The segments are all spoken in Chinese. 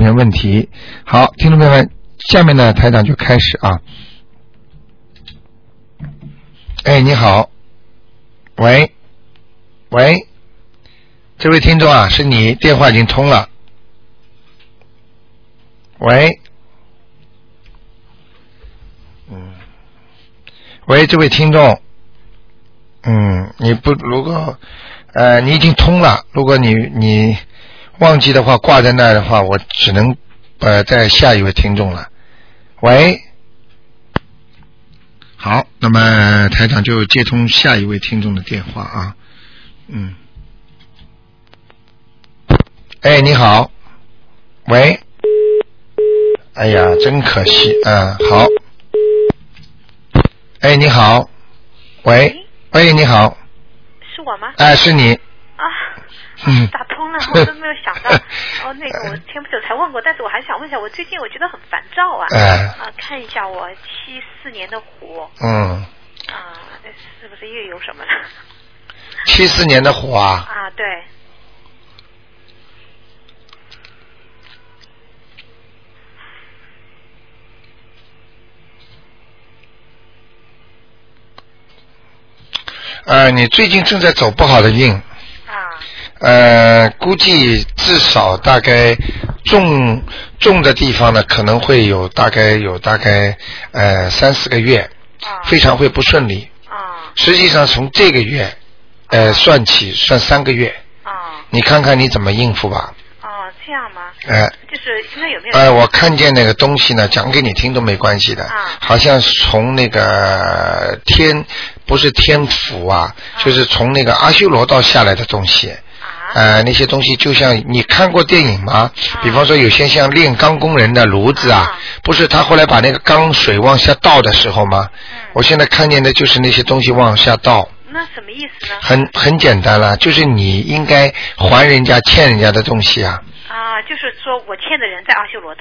成问题。好，听众朋友们，下面呢台长就开始啊。哎，你好，喂，喂，这位听众啊，是你电话已经通了。喂，嗯，喂，这位听众，嗯，你不如果呃你已经通了，如果你你忘记的话挂在那儿的话，我只能呃在下一位听众了。喂，好，那么台长就接通下一位听众的电话啊，嗯，哎，你好，喂。哎呀，真可惜啊！好，哎，你好，喂，喂，你好，是我吗？哎，是你，啊，嗯打 通了，我都没有想到。哦，那个我前不久才问过，但是我还想问一下，我最近我觉得很烦躁啊。哎，啊，看一下我七四年的虎嗯，啊，是不是又有什么了？七四年的虎啊，啊，对，呃，你最近正在走不好的运，啊，呃，估计至少大概重重的地方呢，可能会有大概有大概呃三四个月，啊，非常会不顺利。啊，实际上从这个月，呃，算起算三个月，啊，你看看你怎么应付吧。啊，这样吗？哎、就是应该有没有？哎、我看见那个东西呢，讲给你听都没关系的。啊好像从那个天，不是天府啊，啊就是从那个阿修罗道下来的东西。啊，呃，那些东西就像你看过电影吗？比方说有些像炼钢工人的炉子啊啊，不是他后来把那个钢水往下倒的时候吗？我嗯，现在看见的就是那些东西往下倒，那什么意思呢？很很简单啦，就是你应该还人家欠人家的东西啊。啊，就是说我欠的人在阿修罗道。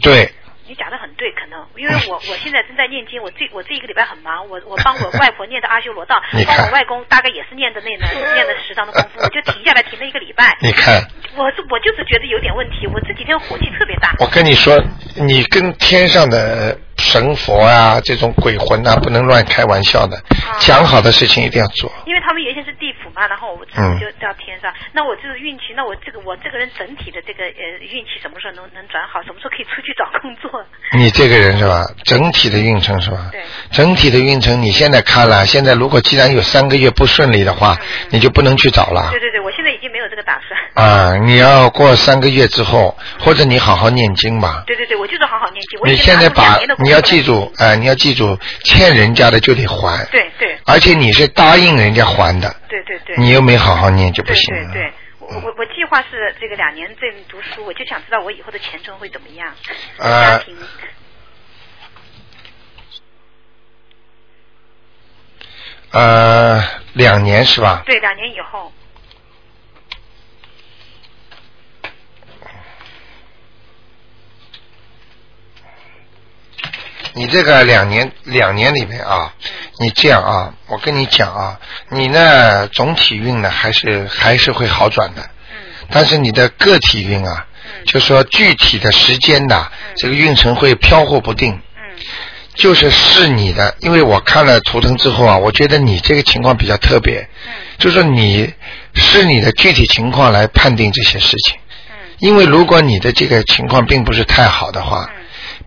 对，你讲的很对，可能因为 我我现在正在念经，我这我这一个礼拜很忙，我我帮我外婆念的阿修罗道 你，看帮我外公大概也是念的那呢，念的十张的功 夫，我就停下来停了一个礼拜，你看，我就我就是觉得有点问题，我这几天火气特别大，我跟你说，你跟天上的神佛啊，这种鬼魂啊，不能乱开玩笑的。啊讲好的事情一定要做。因为他们原先是地府嘛，然后我自嗯己就到天上，那我就是运气，那我这个我这个人整体的这个呃运气什么时候能能转好，什么时候可以出去找工作？你这个人是吧？整体的运程是吧？对。整体的运程，你现在看了，现在如果既然有三个月不顺利的话，嗯你就不能去找了对。对对，我现在已经没有这个打算。啊，你要过三个月之后，或者你好好念经吧。对对对，我就是好好念经。我已你经现在拿出两把年的功你夫要了记住，哎、你要记住，欠人家的就得还，对对而且你是答应人家还的，对对对。你又没好好念就不对行啊嗯对了。对，我我我计划是这个两年这读书，我就想知道我以后的前程会怎么样，呃家庭呃，两年是吧？对两年以后你这个两年两年里面啊，你这样啊，我跟你讲啊，你呢总体运呢还是还是会好转的，嗯但是你的个体运啊，嗯就说具体的时间呐、嗯这个运程会飘忽不定，嗯就是是你的，因为我看了图腾之后啊，我觉得你这个情况比较特别，嗯就说你是你的具体情况来判定这些事情，嗯因为如果你的这个情况并不是太好的话，嗯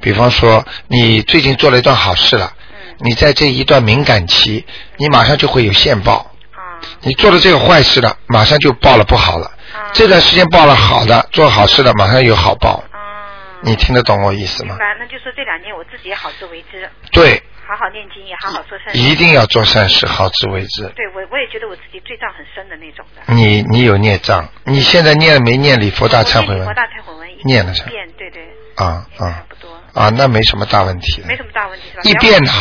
比方说你最近做了一段好事了。嗯你在这一段敏感期，你马上就会有现报。啊你做了这个坏事了，马上就报了不好了。啊这段时间报了好的，做好事了，马上有好报。啊，你听得懂我意思明吗？白？那就说这两年我自己也好自为之，对，好好念经，也好好做善事。一定要做善事，好自为之。对我我也觉得我自己罪障很深的那种的。你你有孽障，你现在念了没念礼嗯佛大忏悔我念礼佛文大忏悔文一念了是吧遍，对对，啊念的还啊不多，啊？那没什么大问题的没。什么大问题是吧？一不要遍呐、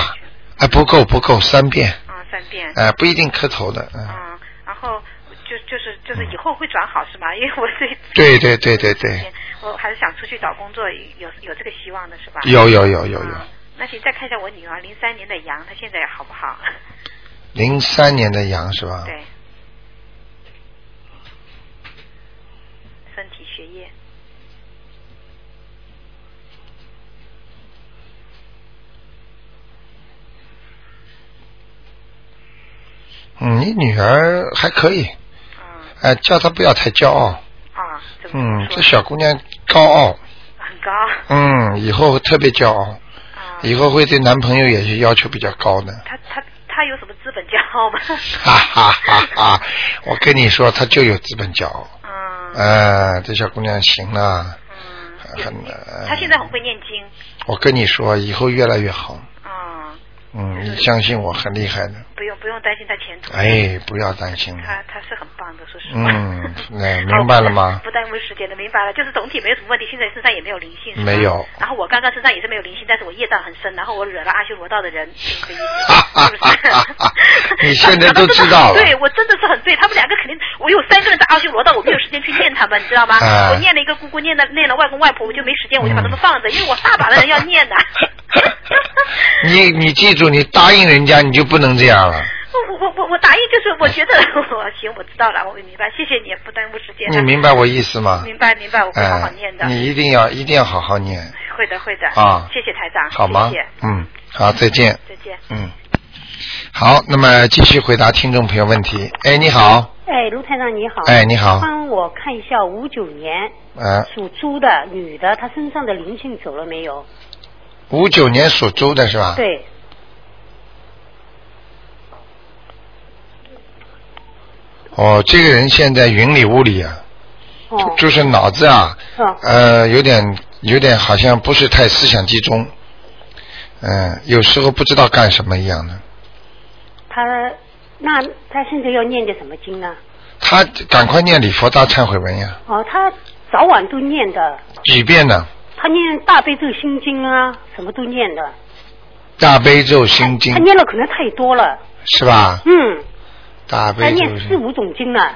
啊，不够不够，三遍，啊，三遍。哎、不一定磕头的，嗯、啊，然后就就是就是以后会转好是吧？因为我对对对对对对，，我还是想出去找工作，有有这个希望的是吧？有有有有有啊。那行，再看一下我女儿，零三年的羊，她现在好不好？零三年的羊是吧？对，身体学业，嗯，你女儿还可以，嗯哎、叫她不要太骄傲。啊，怎么嗯，说这小姑娘高傲，很高嗯，以后特别骄傲，啊，以后会对男朋友也是要求比较高的。他他他有什么资本骄傲吗？哈哈哈哈！我跟你说，她就有资本骄傲。嗯呃，这小姑娘行了，嗯，很。呃他现在很会念经，我跟你说，以后越来越好。嗯，嗯，你相信我，很厉害的。不用不用担心他前途。哎，不要担心了。他他是很棒的，说实话。，嗯 那明白了吗？不耽误时间的，明白了。就是总体没有什么问题，现在身上也没有灵性。是吧没有然后我刚刚身上也是没有灵性，但是我业障很深，然后我惹了阿修罗道的人，是不是 你现在都知道了 对我真的是很对，他们两个肯定，我有三个人在阿修罗道，我没有时间去念他们，你知道吗？啊我念了一个姑姑，念了念了外公外婆，我就没时间，我就把他们放着，因为我大把的人要念的。 你你记住，你答应人家，你就不能这样了。我我我我答应就是，我觉得 我行，我知道了，我明白，谢谢你，不耽误时间。啊嗯你明白我意思吗？明白明白，我会哎，好好念的。你一定要一定要好好念，会的会的。啊谢谢台长，好吗？谢谢，嗯，好，再见。再见。嗯，好，那么继续回答听众朋友问题。哎，你好，哎，卢台长你好。哎，你好，帮我看一下五九年呃，属猪的女的，她身上的灵性走了没有？五九年属猪的是吧？。对，哦，这个人现在云里雾里啊，哦，就就是脑子啊，嗯呃，有点有点好像不是太思想集中，嗯、有时候不知道干什么一样的。她那她现在要念点什么经呢？他赶快念礼佛大忏悔文呀，哦，她早晚都念的，几遍呢？她念大悲咒心经啊，什么都念的。大悲咒心经她念了可能太多了，是吧？嗯，大她悲咒念四心，五种经了。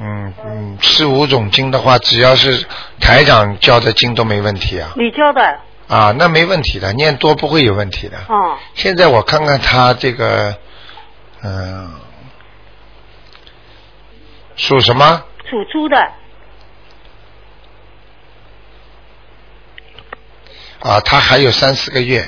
嗯嗯，四五种经的话，只要是台长教的经都没问题啊你教的啊，那没问题的，念多不会有问题的。哦，现在我看看他这个，嗯、属什么？属猪的，啊，他还有三四个月，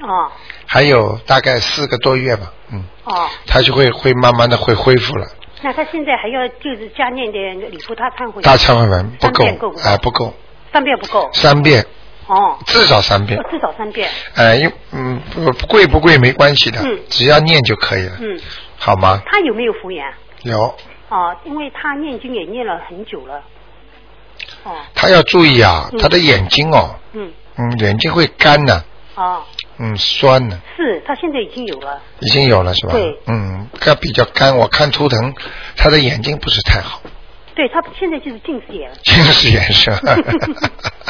哦还有大概四个多月吧，嗯，哦，他就会会慢慢的会恢复了。那她现在还要就是加念点礼佛大忏悔，大忏悔文不三够遍够，不够哎、不够，三遍不够，三遍哦。至少三遍哦，，至少三遍。哎、因嗯不不贵不贵没关系的，嗯只要念就可以了，嗯，好吗？他有没有佛缘？有，哦，因为他念经也念了很久了。哦，他要注意啊，嗯他的眼睛哦，嗯，嗯，眼睛会干的、哦，嗯，酸的、是他现在已经有了。已经有了是吧？对嗯，他比较干，我看图腾，他的眼睛不是太好，对他现在就是近视眼，？近视眼是吧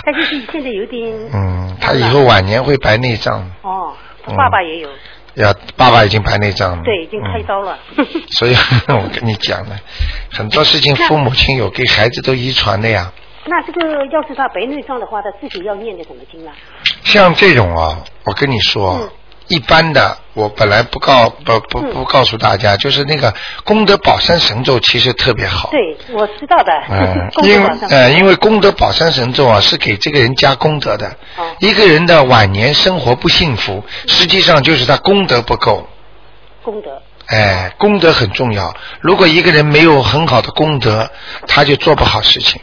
他就是现在有点。嗯，他以后晚年会白内障，哦，他爸爸也有，要爸爸已经白内障了，对，已经开嗯刀了。 所以 我跟你讲了，很多事情父母亲有给孩子都遗传的呀。那这个要是他白内障的话，他自己要念的什么经啊？像这种啊，我跟你说，嗯一般的我本来不告不不嗯不告诉大家，就是那个功德宝山神咒其实特别好。。对，我知道的。，嗯 功因德为宝藏呃，因为功德宝山神咒啊，是给这个人加功德的。哦一个人的晚年生活不幸福，实际上就是他功德不够。功德。哎，功德很重要。如果一个人没有很好的功德，他就做不好事情。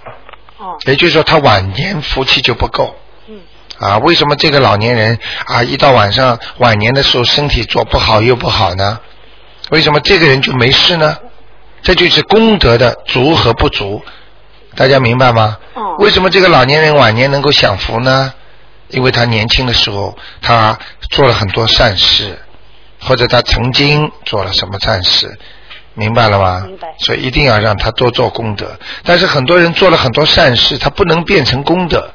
哦，也就是说，他晚年福气就不够嗯，啊。为什么这个老年人啊，一到晚上晚年的时候身体做不好又不好呢？为什么这个人就没事呢？这就是功德的足和不足，大家明白吗？哦为什么这个老年人晚年能够享福呢？因为他年轻的时候他做了很多善事，或者他曾经做了什么善事，明白了吗？明白所以一定要让他多做功德。但是很多人做了很多善事，他不能变成功德，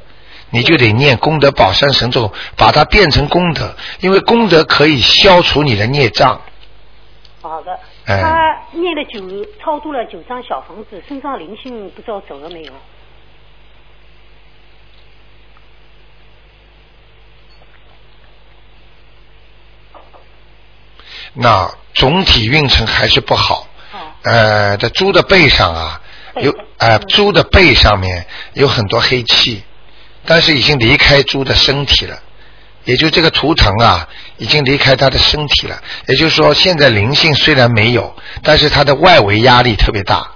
你就得念功德宝山神咒，把它变成功德，因为功德可以消除你的孽障。好的。哎他念了九，超度了九张小房子，身上灵性不知道走了没有？那总体运程还是不好。哦。呃，在猪的背上啊，背有上呃猪的背上面有很多黑气，但是已经离开猪的身体了，也就这个图腾啊，已经离开他的身体了。也就是说，现在灵性虽然没有，但是他的外围压力特别大，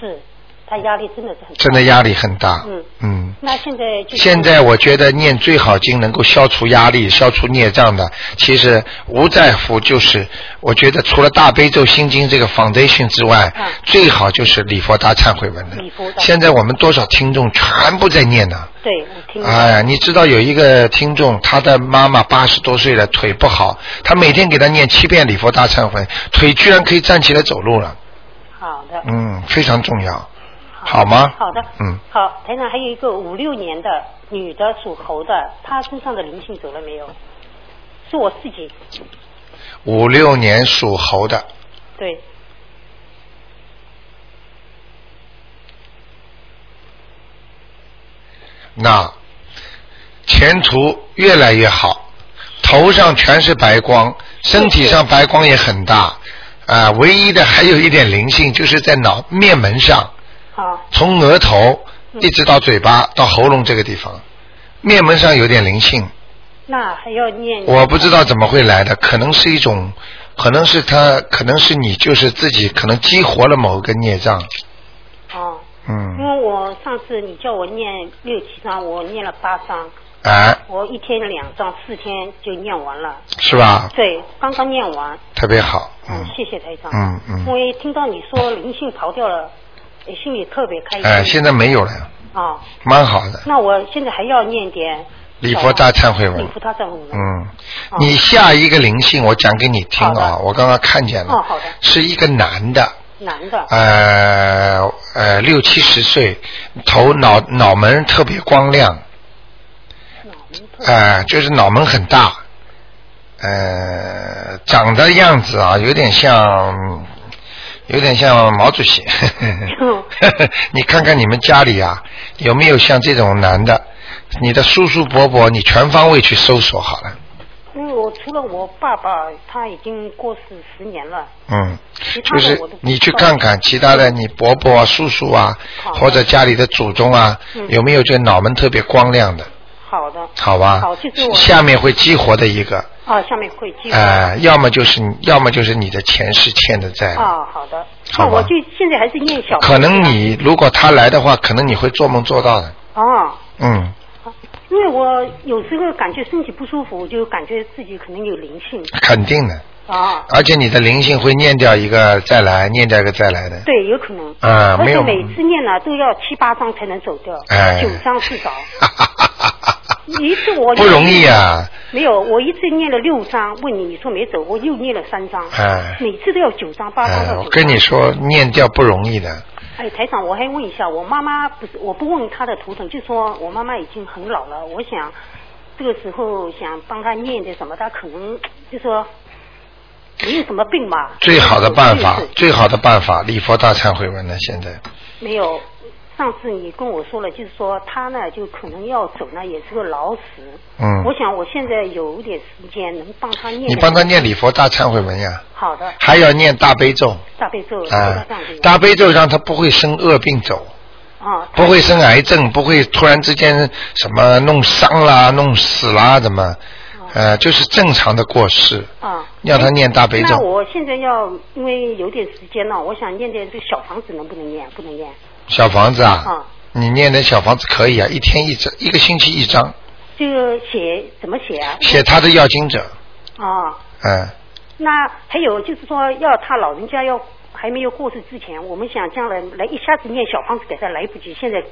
是，他压力真的是很大。真的压力很大。嗯嗯。那现在就是现在我觉得念最好经能够消除压力、消除孽障的，其实无在乎就是，我觉得除了大悲咒心经这个 foundation 之外，嗯最好就是礼佛大忏悔文了礼佛。大现在我们多少听众全部在念呢？对我听到哎呀，你知道有一个听众，他的妈妈八十多岁了，腿不好，他每天给他念七遍礼佛大忏悔，腿居然可以站起来走路了，好的，嗯，非常重要，好吗？好的，嗯，好，台长还有一个五六年的女的属猴的，她身上的灵性走了没有？是我自己，五六年属猴的，对，那前途越来越好，头上全是白光，身体上白光也很大，啊、唯一的还有一点灵性，就是在脑面门上，好，从额头嗯一直到嘴巴到喉咙这个地方，面门上有点灵性，那还要念我不知道怎么会来的，可能是一种，可能是他，可能是你就是自己可能激活了某个孽障，哦，因嗯，为我上次你叫我念六七章，我念了八章，哎、我一天两章，四天就念完了，是吧？对，刚刚念完，特别好，嗯嗯，谢谢台长，嗯嗯我也听到你说灵性逃掉了，也心里特别开心，哎、现在没有了，哦，蛮好的。那我现在还要念点礼佛大忏悔文礼佛大忏悔文，嗯哦，你下一个灵性我讲给你听好的啊，我刚刚看见了，哦好的是一个男的，男啊的，呃呃六七十岁，头脑脑门特别光亮，脑门痛呃就是脑门很大，呃长的样子啊有点像。有点像毛主 席，你看看你们家里啊，有没有像这种男的？你的叔叔伯伯，你全方位去搜索好了。因为我除了我爸爸，他已经过世十年了，嗯，其就他的是我都不你去知道嗯看看其他的，你伯伯啊、叔叔啊，好的或者家里的祖宗啊，嗯有没有这脑门特别光亮的？好的，好吧，好就是我下面会激活的一个，啊，下面会记住。呃，要么就是你，要么就是你的前世欠的债。啊，好的，哎好那吧我就现在还是念小。可能你如果他来的话，可能你会做梦做到的。啊，嗯，因为我有时候感觉身体不舒服，就感觉自己可能有灵性肯定的，啊，而且你的灵性会念掉一个再来，念掉一个再来的。对，有可能。啊而没且有每 次念呢都要七八张才能走掉，哎九张至少。哈哈哈哈哈一次我不容易啊。没有，我一次念了六张，问你，你说没走，我又念了三张，哎每次都要九张、八张到哎，九张。我跟你，说，念掉不容易的。哎，台长，我还问一下，我妈妈不是，我不问她的图腾，就说我妈妈已经很老了，我想这个时候想帮她念点什么，她可能就说没有什么病嘛。最好的办法有病，是最好的办法，礼佛大忏悔文呢，现在没有。上次你跟我说了，就是说她呢，就可能要走呢，也是个老死。嗯我想我现在有一点时间，能帮她念。你帮他。念礼佛大忏悔文呀，好的。还要念大悲咒大悲咒，啊这样子，大悲咒让他不会生恶病走，啊，不会生癌症，不会突然之间什么弄伤啦、弄死啦，怎么，哦呃，就是正常的过世。啊，要他念大悲咒哎那我现在要，因为有点时间了，我想念点这个小房子，能不能念？不能念。小房子啊啊，你念的小房子可以啊，一天一张，一个星期一哦张，这个写怎么写啊？写他的要经者，啊，嗯，那还有就是说，要他老人家要还没有过世之前，我们想将来来一下子念小房子给他来不及，现在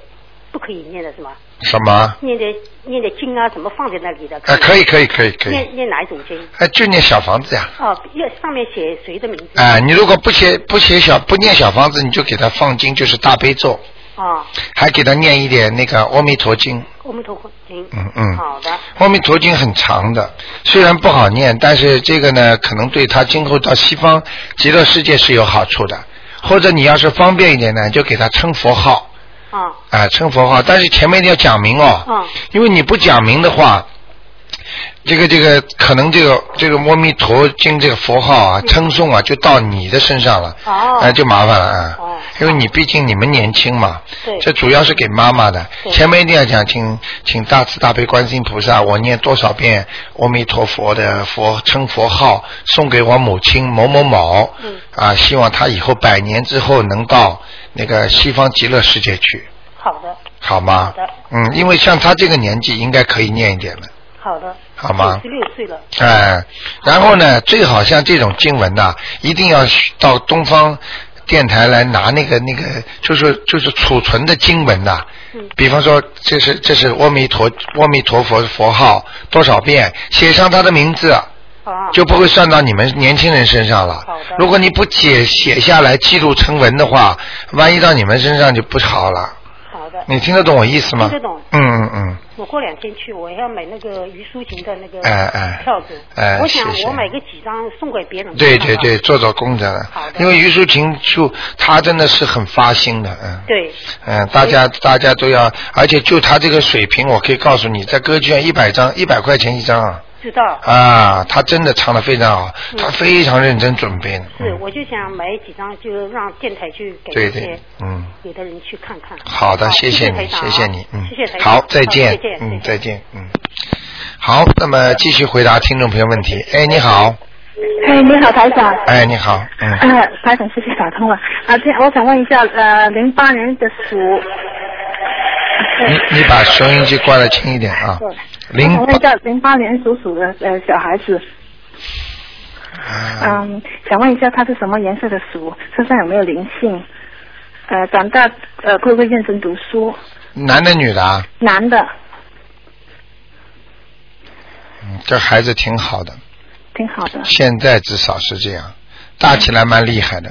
不可以念的是吗？什么？念的念的经啊，什么放在那里的？啊，可以以，可以，可以，可吗。以，念念哪一种经？哎，就念小房子呀。哦、要上面写谁的名字？哎，你如果不写不写小不念小房子，你就给他放经，就是大悲咒，啊，还给他念一点那个阿弥陀经。我们头婚经。嗯嗯好的。阿弥陀经很长的，虽然不好念，但是这个呢，可能对他今后到西方极乐世界是有好处的。或者你要是方便一点呢，就给他称佛号，啊啊、称佛号，但是前面一定要讲明哦。嗯因为你不讲明的话，这个这个可能这个这个阿弥陀经这个佛号啊，称颂啊，就到你的身上了，哦哎、就麻烦了啊。哦因为你毕竟你们年轻嘛，对这主要是给妈妈的。对前面一定要讲，请请大慈大悲观世音菩萨，我念多少遍阿弥陀佛的佛称佛号，送给我母亲某某某，嗯啊，希望她以后百年之后能到那个西方极乐世界去，好的，好吗好的？嗯，因为像她这个年纪，应该可以念一点了。好的，好吗九十六岁了，哎，然后呢，最好像这种经文呐、一定要到东方电台来拿那个那个，就是就是储存的经文呐、嗯比方说，这是这是阿弥陀阿弥陀佛佛号多少遍，写上他的名字，啊，就不会算到你们年轻人身上了好的。如果你不写写下来记录成文的话，万一到你们身上就不好了。好的。你听得懂我意思吗？听得懂嗯嗯嗯，我过两天去，我要买那个虞书琴的那个哎哎票子。哎我想谢谢我买个几张送给别人。对对对，。做做功德了好。的因为虞书琴就她真的是很发心的，嗯。对，嗯，大家大家都要，而且就他这个水平，我可以告诉你，在歌剧院一百张一百块钱一张啊，知道。啊，他真的唱的非常好，嗯他非常认真准备呢。是，嗯我就想买几张，就让电台去给对一些对，嗯，有的人去看看。好的，谢谢你，台长啊谢谢你，嗯，谢谢台长。好，再见再见，，嗯，再见，嗯，好，那么继续回答听众朋友问题。哎，你好，哎，你好，台长。哎，你好，嗯，呃，台长，谢谢打通了。啊，这样我想问一下，呃，零八年的鼠。你你把收音机关的轻一点啊对。零我想问一下，零八年属鼠的呃小孩子，啊嗯，想问一下他是什么颜色的鼠，身上有没有灵性？呃，长大呃会不会认真读书？男的女的啊？男的，嗯，这孩子挺好的，挺好的。现在至少是这样，大起来蛮厉害的。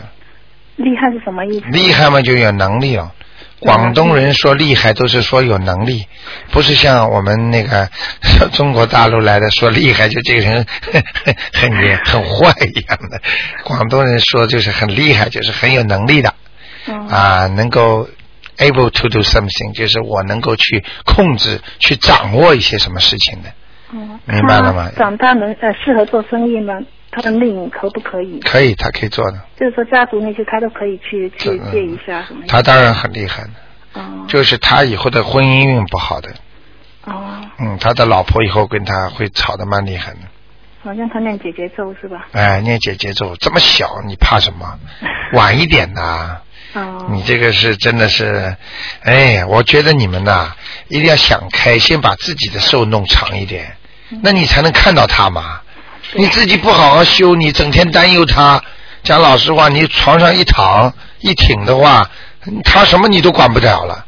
厉害是什么意思？厉害嘛就有能力了。广东人说厉害都是说有能力，不是像我们那个 中国大陆来的说厉害就这个人 很很很坏一样的。广东人说就是很厉害，就是很有能力的嗯、啊，能够 able to do something，就是我能够去控制、去掌握一些什么事情的，嗯，明白了吗他长大能呃适合做生意吗？他的命可不可以？可以，他可以做的。就是说家族那些他都可以去去嗯借一下什么的。他当然很厉害的，哦就是他以后的婚姻运不好的，哦，嗯，他的老婆以后跟他会吵得蛮厉害的。好像他念姐姐咒是吧？哎，念姐姐咒，这么小你怕什么？晚一点呐、哦，你这个是真的是，哎，我觉得你们呐、一定要想开，先把自己的寿弄长一点，那你才能看到他嘛。对你自己不好好修，你整天担忧他，讲老实话，你床上一躺一挺的话，他什么你都管不了了，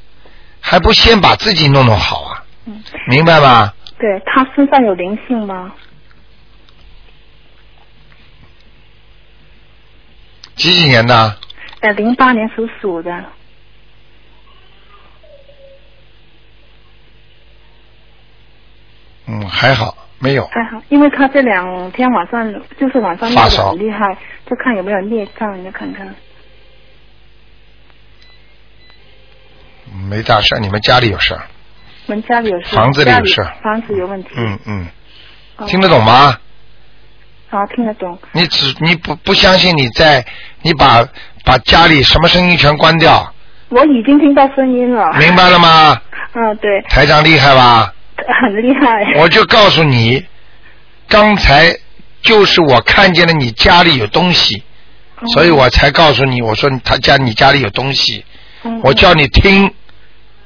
还不先把自己弄弄好啊？嗯明白吧？对他身上有灵性吗？几几年的？呃，零八年属鼠的，嗯，还好，没有。还哎好，因为他这两天晚上就是晚上发闹烧得很厉害，就看有没有孽障，你看看。没大事儿，你们家里有事儿。我们家里有事，房子里家有事儿房子有问题。嗯嗯，哦听得懂吗？啊，听得懂。你只你不不相信你在你把把家里什么声音全关掉，我已经听到声音了。明白了吗？嗯，对， 台长厉害吧？很厉害。我就告诉你，刚才就是我看见了你家里有东西，嗯所以我才告诉你，我说你他家你家里有东西，嗯我叫你听，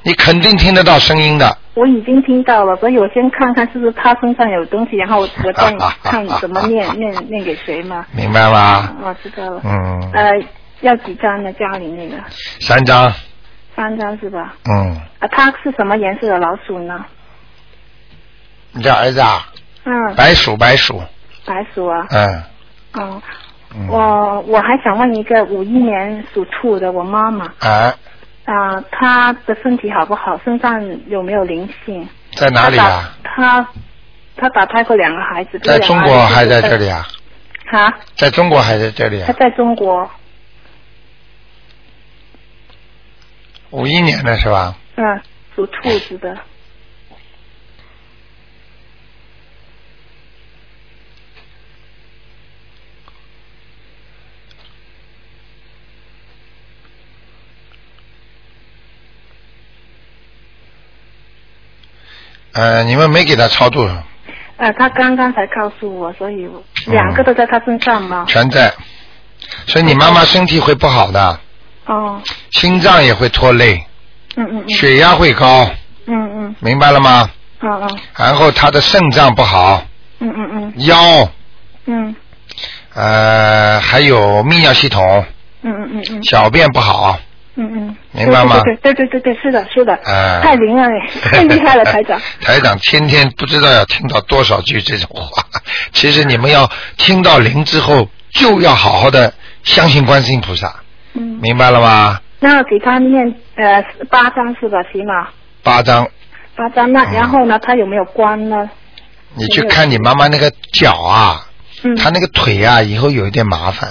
你肯定听得到声音的。我已经听到了，所以我先看看是不是他身上有东西，然后我我 再看怎么念念念给谁嘛。明白吗？我知道了。嗯，呃，要几张呢？家里那个三张，三张是吧？嗯，啊，它是什么颜色的老鼠呢？你这儿子啊，嗯，白鼠白鼠，白鼠啊。嗯，哦，嗯我我还想问一个五一年属兔的我妈妈啊，啊，她的身体好不好？身上有没有灵性？在哪里啊？她打？她她打胎过两个孩子，在中国还在这里啊？啊？哈，在中国还在这里她啊？在中国。五一年的是吧？嗯，属兔子的，呃，你们没给他超度，呃，他刚刚才告诉我，所以我两个都在他身上嘛。全在，所以你妈妈身体会不好的，哦，心脏也会拖累，嗯嗯嗯血压会高，嗯嗯，明白了吗？哦哦，然后他的肾脏不好，嗯嗯嗯腰，嗯呃，还有泌尿系统、嗯嗯嗯嗯小便不好，嗯嗯，明白吗对对对对对，对是的是的，啊太灵了，太厉 害了，台长。。台长天天不知道要听到多少句这种话。其实你们要听到灵之后，就要好好的相信观世音菩萨，嗯，明白了吗？那给他念呃八张是吧？起码八张，八张。那嗯然后呢，他有没有关呢？你去看你妈妈那个脚啊，嗯，她那个腿啊，以后有一点麻烦，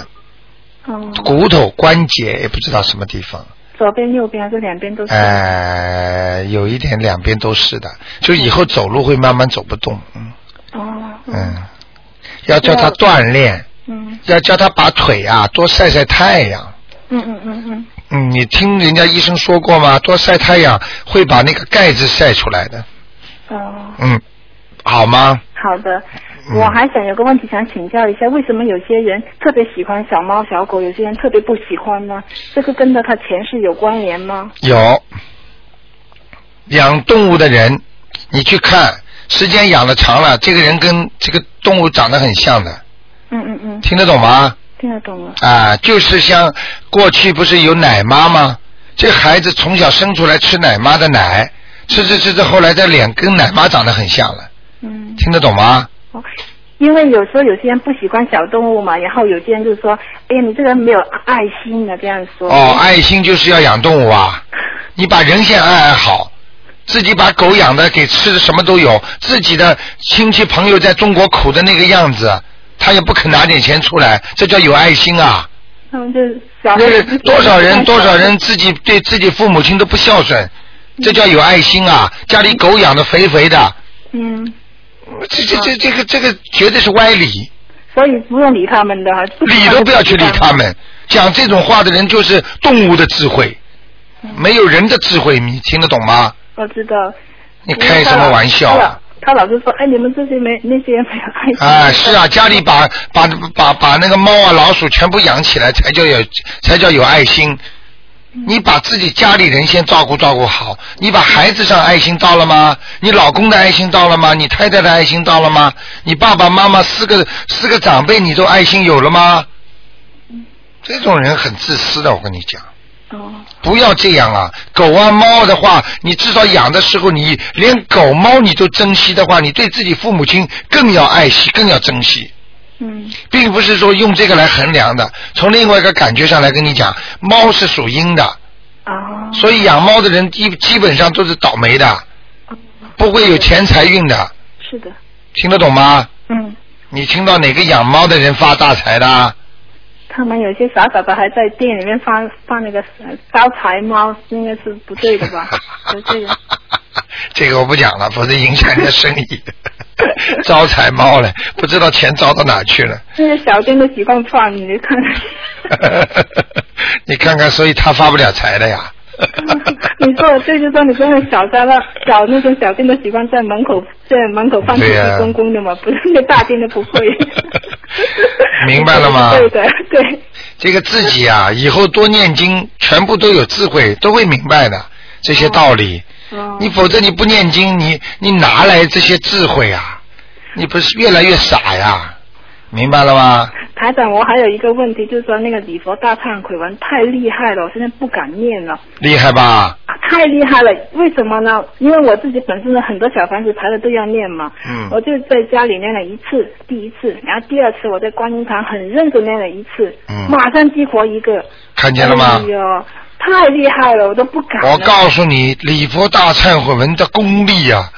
哦，骨头关节也不知道什么地方，左边、右边还是两边都是？嗯呃，有一点两边都是的，就以后走路会慢慢走不动，嗯哦，嗯，要叫她锻炼，嗯要叫她把腿啊多晒晒太阳。嗯嗯嗯嗯，嗯，你听人家医生说过吗？多晒太阳会把那个钙质晒出来的。哦，嗯，好吗？好的。嗯我还想有个问题想请教一下，为什么有些人特别喜欢小猫小狗，有些人特别不喜欢呢？这个跟着他前世有关联吗？有养动物的人，你去看，时间养的长了，这个人跟这个动物长得很像的，嗯嗯嗯，听得懂吗？听得懂了。啊，就是像过去不是有奶妈吗？这孩子从小生出来吃奶妈的奶，吃着吃着，后来这脸跟奶妈长得很像了，嗯。听得懂吗？哦，因为有时候有些人不喜欢小动物嘛，然后有些人就说：“哎呀，你这个人没有爱心的。”这样说。哦，爱心就是要养动物啊。你把人先爱爱好，自己把狗养的给吃的什么都有，自己的亲戚朋友在中国苦的那个样子，他也不肯拿点钱出来，这叫有爱心啊！他们就是嗯小那是孩子多少人多少人自己对自己父母亲都不孝顺，这叫有爱心啊！家里狗养的肥肥的，嗯，这这这这个这个绝对是歪理，所以不用理他们的，不喜理欢都不要去理就知道他。们。讲这种话的人就是动物的智慧，嗯没有人的智慧，你听得懂吗？我知道。你开什么玩笑啊他老？他老是说：“哎，你们这些没那些人没有爱心。” 啊，是啊，家里把把把把那个猫啊、老鼠全部养起来，才叫有才叫有爱心。你把自己家里人先照顾照顾好，你把孩子上爱心到了吗？你老公的爱心到了吗？你太太的爱心到了吗？你爸爸妈妈四个四个长辈，你都爱心有了吗？这种人很自私的，我跟你讲。哦，不要这样啊！狗啊猫的话，你至少养的时候，你连狗猫你都珍惜的话，你对自己父母亲更要爱惜，更要珍惜，嗯并不是说用这个来衡量的。从另外一个感觉上来跟你讲，猫是属阴的，啊，所以养猫的人基基本上都是倒霉的，不会有钱财运的，哦是的，听得懂吗？嗯，你听到哪个养猫的人发大财的啊？？他们有些傻傻的还在店里面放放那个呃招财猫，应该是不对的吧 有这个。这个我不讲了，否则影响人家生意。 招财猫了，不知道钱招到哪去了。 那个小店都习惯放，你就看。你看看，所以他发不了财的呀。 你说的对，就说你说那小家的小那种小店都习惯在门口在门口放土对地呀。公公的嘛，不是那大店的不会 明白了吗对的，对，这个自己啊，以后多念经，全部都有智慧，都会明白的这些道理。哦，你否则你不念经，你你哪来这些智慧啊？你不是越来越傻呀？明白了吗？台长，我还有一个问题，就是说那个礼佛大忏悔文太厉害了，我现在不敢念了。厉害吧？啊太厉害了，为什么呢？因为我自己本身呢，很多小房子排了都要念嘛，嗯我就在家里念了一次，第一次，然后第二次我在观音堂很认真念了一次，嗯马上激活一个，看见了吗哎？呦，太厉害了，我都不敢了。我告诉你，礼佛大忏悔文的功力啊，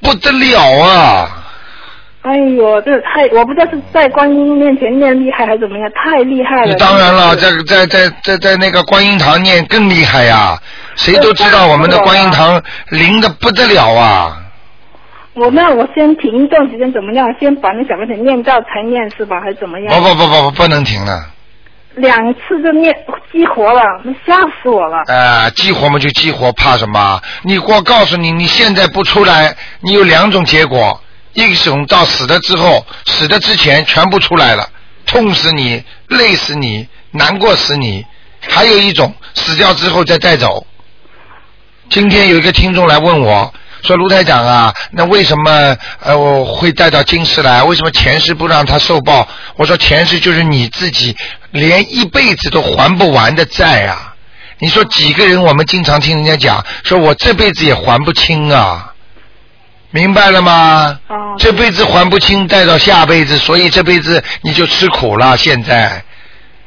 不得了啊！哎呦，这太，我不知道是在观音面前念厉害还是怎么样，太厉害了。你当然了，真在在的是在在在那个观音堂念更厉害呀、谁都知道我们的观音堂灵的不得了啊！我那我先停一段时间怎么样？先把那小房子念到才念是吧？还是怎么不样？不不不不，不能停了，两次就念激活了，那吓死我了。啊，激活嘛就激活，怕什么？你我告诉你，你现在不出来，你有两种结果，一种到死的之后，死的之前全部出来了，痛死你，累死你，难过死你；还有一种死掉之后再带走。今天有一个听众来问我。说卢台长啊，那为什么呃我会带到今世来？为什么前世不让他受报？我说前世就是你自己连一辈子都还不完的债啊！你说几个人？我们经常听人家讲，说我这辈子也还不清啊，明白了吗？哦这辈子还不清，带到下辈子，所以这辈子你就吃苦了。现在，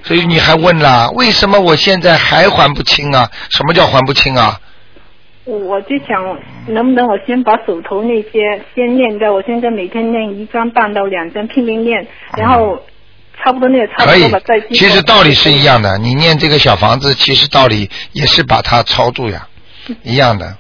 所以你还问啦，为什么我现在还还不清啊？什么叫还不清啊？我我就想，能不能我先把手头那些先念掉？我现在每天念一张半到两张，拼命念，然后差不多念差嗯可不多以吧，再激，活其实道理是一样的。你念这个小房子，其实道理也是把它超度呀，嗯一样的，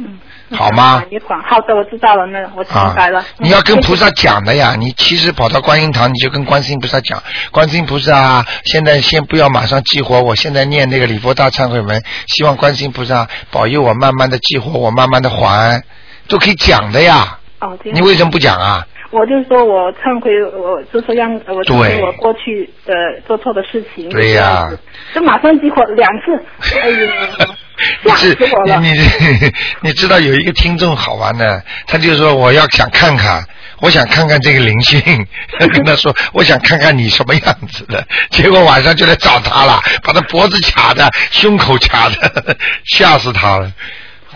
好吗？啊你管嗯好的，我知道了，那我明白了。你要跟菩嗯萨讲的呀，你其实跑到观音堂，你就跟观世音菩萨讲，观世音菩萨啊，现在先不要马上激活我，现在念那个礼佛大忏悔文，希望观世音菩萨保佑我慢慢的激活我，慢慢的还，都可以讲的呀。哦，这你样为什么不讲啊？我就说我忏悔，我就是让呃我忏对悔我过去的做错的事情。对呀，这样子这马上激活两次，哎呀 你吓知死我了！你你你知道有一个听众好玩的，他就说我要想看看，我想看看这个灵性，跟他说我想看看你什么样子的，结果晚上就来找他了，把他脖子卡的，胸口卡的，吓死他了。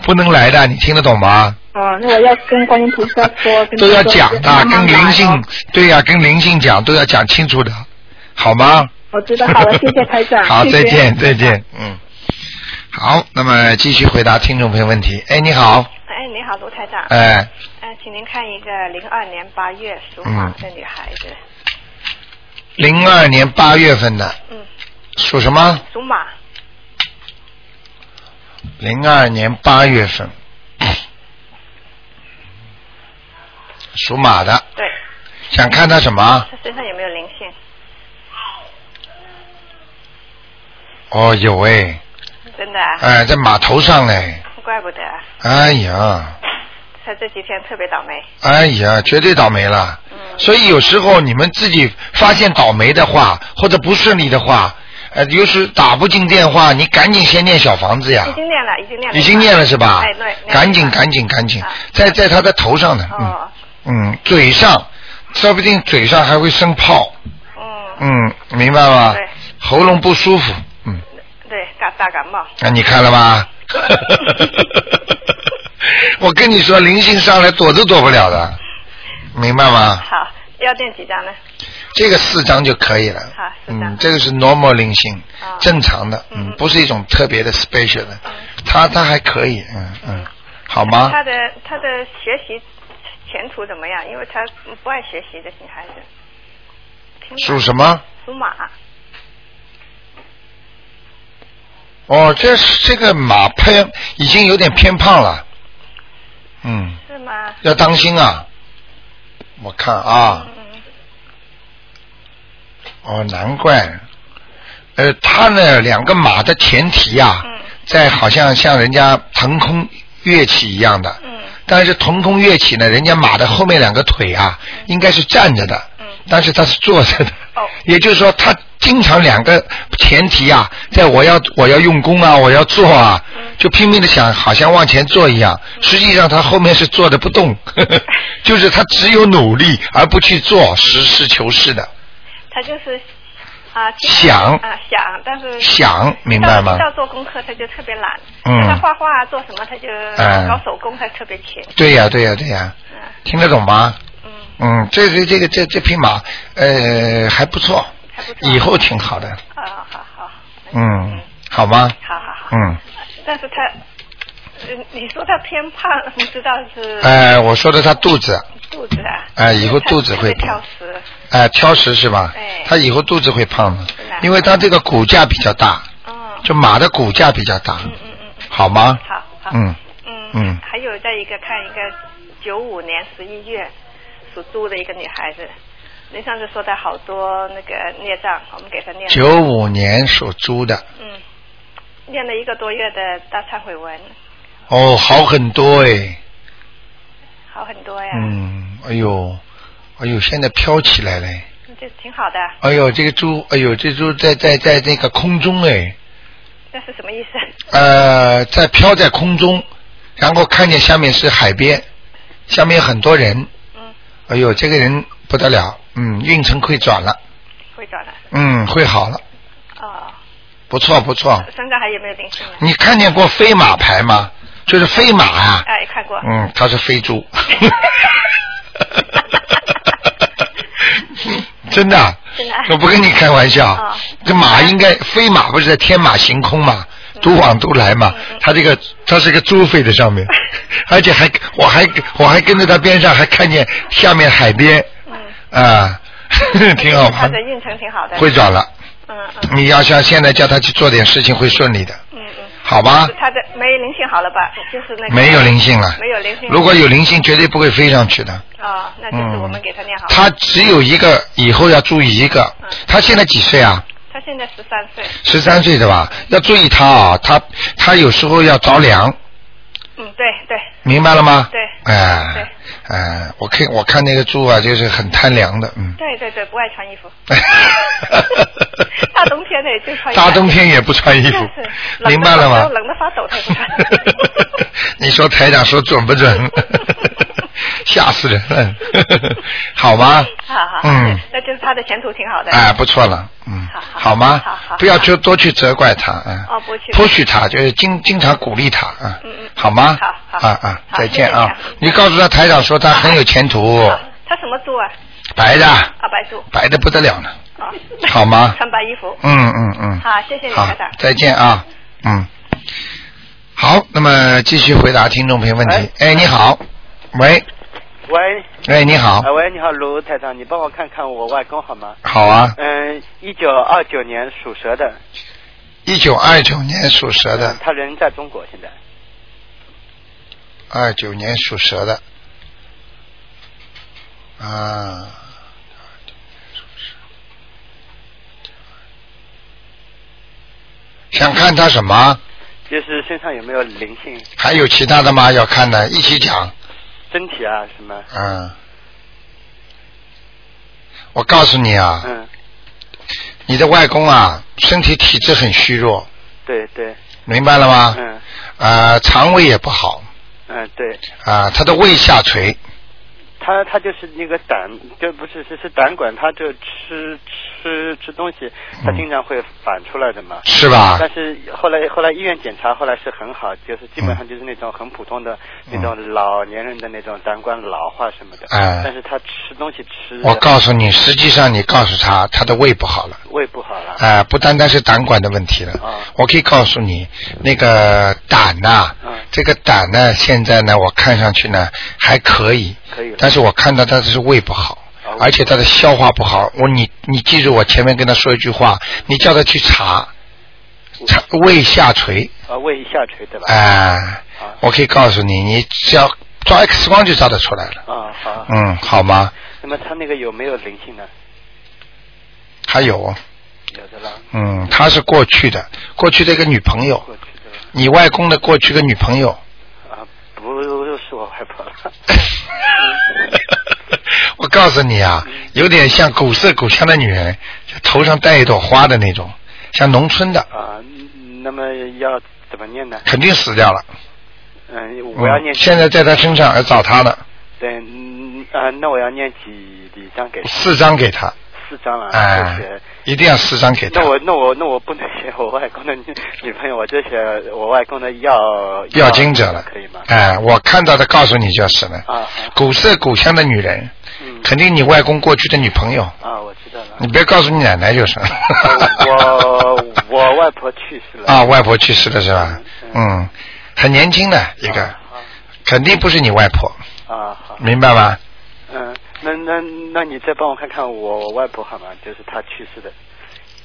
不能来的，你听得懂吗？啊，那我要跟观音菩萨说，跟都要讲他的，说慢跟慢嗯来灵哦性，对呀、跟灵性讲，都要讲清楚的， 好吗？我知道好了，谢谢台长。好，谢再谢见，再见，嗯。好，那么继续回答听众朋友问题。哎，你好，哎，你好，卢台长。嗯、哎，请您看一个零二年八月属嗯马的女孩子，零二年八月份的，嗯，属什么？属马，零二年八月份， 属马的，对，想看他什么？她身上有没有灵性？哦，有哎，真的、啊，哎，在马头上嘞，怪不得啊，哎呀，她这几天特别倒霉。哎呀，绝对倒霉了。嗯，所以有时候你们自己发现倒霉的话，或者不顺利的话，呃，有时打不进电话，你赶紧先念小房子呀已，经念了，已经念了，已经念了是吧哎，对，？赶紧赶紧赶紧啊，在在他的头上呢紧，嗯哦，嗯，嘴上，说不定嘴上还会生泡，嗯，嗯，明白吗对？喉咙不舒服，嗯，对，大大感冒，那你看了 吧？我跟你说，灵性上来躲都躲不了的，明白吗？好，要念几张呢？这个四张就可以了。好四张嗯，这个是 normal 灵性，啊嗯正常的，嗯，不是一种特别的 special 的，它它还可以，嗯嗯，好吗？她的她的学习前途怎么样？因为她不爱学习的女孩子，挺属什么？属马，哦，这是这个马偏已经有点偏胖了，嗯，是吗？要当心啊！我看啊，嗯，哦，难怪，呃，它呢两个马的前蹄啊，嗯在好像像人家腾空跃起一样的，嗯但是腾空跃起呢，人家马的后面两个腿啊，应该是站着的，嗯但是它是坐着的，哦 也就是说，它经常两个前提啊，在我要我要用功啊，我要做啊，嗯就拼命的想，好像往前做一样，实际上它后面是坐着不动， 就是它只有努力而不去做，实事求是的嗯他就是啊经想啊想，但是想，明白吗一？到做功课他就特别懒，嗯他画画做什么他就哎搞手工他特别勤，对呀、对呀、对呀、嗯听得懂吗？嗯嗯，这个这个这这匹马，呃，还不错，还不错以后挺好的，啊好好嗯，好吗？好好好，嗯，但是他呃你说他偏胖，不知道是哎、我说的他肚子，肚子啊，哎以后他肚子会特别挑胖食，哎、挑食是吧哎？他以后肚子会胖的是的，因为他这个骨架比较大，嗯就马的骨架比较大，嗯嗯嗯嗯，好吗？好好嗯，嗯嗯还有再一个看一个九五年十一月属猪的一个女孩子，您上次说的好多那个孽障，我们给他念了，九五年属猪的，嗯，念了一个多月的大忏悔文，哦，好很多哎，好很多呀，嗯，哎呦，哎呦，现在飘起来了，就挺好的。哎呦，这个猪，哎呦，这猪在在在那个空中哎，那是什么意思？呃，在飘在空中，然后看见下面是海边，下面有很多人，嗯，哎呦，这个人不得了，嗯，运程会转了，会转了。嗯，会好了，哦，不错不错。身上还有没有灵性啊呢？你看见过飞马牌吗？就是飞马啊，哎，看过。嗯，它是 飞猪，真的啊真的啊，我不跟你开玩笑哦。这马应该飞马不是在天马行空嘛，独往独来嘛嗯嗯嗯。它这个它是个猪飞在 上面，而且还我还我还跟着它边上还看见下面海边嗯，啊， 挺好他玩的。运程挺好的。会转了，嗯。嗯你要像现在叫他去做点事情会顺利的，嗯嗯。好吧是？他的没灵性好了吧？就是那个。啊没有灵。性了。没有灵性如果有灵性，绝对不会飞上去的。哦，那嗯就是我们给他念好了。他只有一个，以后要注意一个嗯。他现在几岁啊？他现在十三岁。十三岁的吧？要注意他啊，他他有时候要着凉，嗯，对对。明白了吗？对哎对，哎，我看我看那个猪啊，就是很贪凉的， 嗯。对对对，不爱穿衣服。大冬天的也就穿。大冬。天也不穿衣服是，冷得明白了吗发？冷得发抖他也不穿 你说台长说准 不准？吓死人了， 好吗？好好。嗯，那就是他的前途挺好的。哎，不错了，嗯，好好吗好好？不要去多去责怪他，嗯哦不去，不许他，就是经经常鼓励他，啊嗯嗯，好吗？好好啊啊，好再见啊谢谢你啊！你告诉他台长说他很有前途，好他什么猪啊？白的，啊，白猪。白的不得了呢，哦。好吗穿白衣服。嗯嗯嗯，好，谢谢你，好台长，。再见啊，嗯，好，那么继续回答听众朋友问题。哎，你好，喂，喂，哎，你好哎，喂，你好，卢台长，你帮我看看我外公好吗？好啊，嗯，一九二九年属蛇的，一九二九年属蛇的嗯，他人在中国现在。二九年属蛇的，啊，想看他什么？就是身上有没有灵性、还有其他的吗？要看的，一起讲。身体啊什么？嗯，我告诉你啊，嗯，你的外公啊，身体体质很虚弱，对对，明白了吗？嗯啊、肠胃也不好嗯对，啊、他的胃下垂，他他就是那个胆，就不是是是胆管，他就吃吃吃东西，他嗯经常会反出来的嘛。是吧？但是后来后来医院检查，后来是很好，嗯就是基本上就是那种很普通的、那种老年人的那种胆管老化什么的。哎但是他吃东西吃的我告诉你，实际上你告诉他，他的胃不好了。胃不好了。啊、不单单是胆管的问题了，啊我可以告诉你，那个胆呐、嗯这个胆呢，现在呢，我看上去呢还可以，可以了但是我看到他的是胃不好，哦而且他的消化不好。我你你记住我前面跟他说一句话，你叫他去查，查胃下垂，啊，胃一下垂对吧？哎、啊我可以告诉你，你只要照 X 光就照得出来了。啊好，嗯，好吗？那么他那个有没有灵性呢？还有，有的啦，嗯，她是过去的，过去的一个女朋友，过去的啦你外公的过去一个女朋友。啊，不是我外婆了。 我告诉你啊，有点像古色古香的女人，就头上戴一朵花的那种，像农村的， 啊，嗯那么要怎么念呢？肯定死掉了。嗯，我要嗯念几现在在她身上要找她呢，对，嗯啊，那我要念几几张给他？四张给她，四张了，嗯哎谢谢。，一定要四张给她那。我那我那我不能写我外公的女女朋友，我就写我外公的要要经者了，可以吗？哎，我看到的告诉你就是了。啊古色古香的女人，嗯肯定你外公过去的女朋友，啊，我知道了你。别告诉你奶奶就是了。我我外婆去世了 啊，外婆去世了是吧？嗯嗯，很年轻的一个，肯定不是你外婆，啊啊好，明白吗？嗯，那那那你再帮我看看我我外婆好吗？就是她去世的，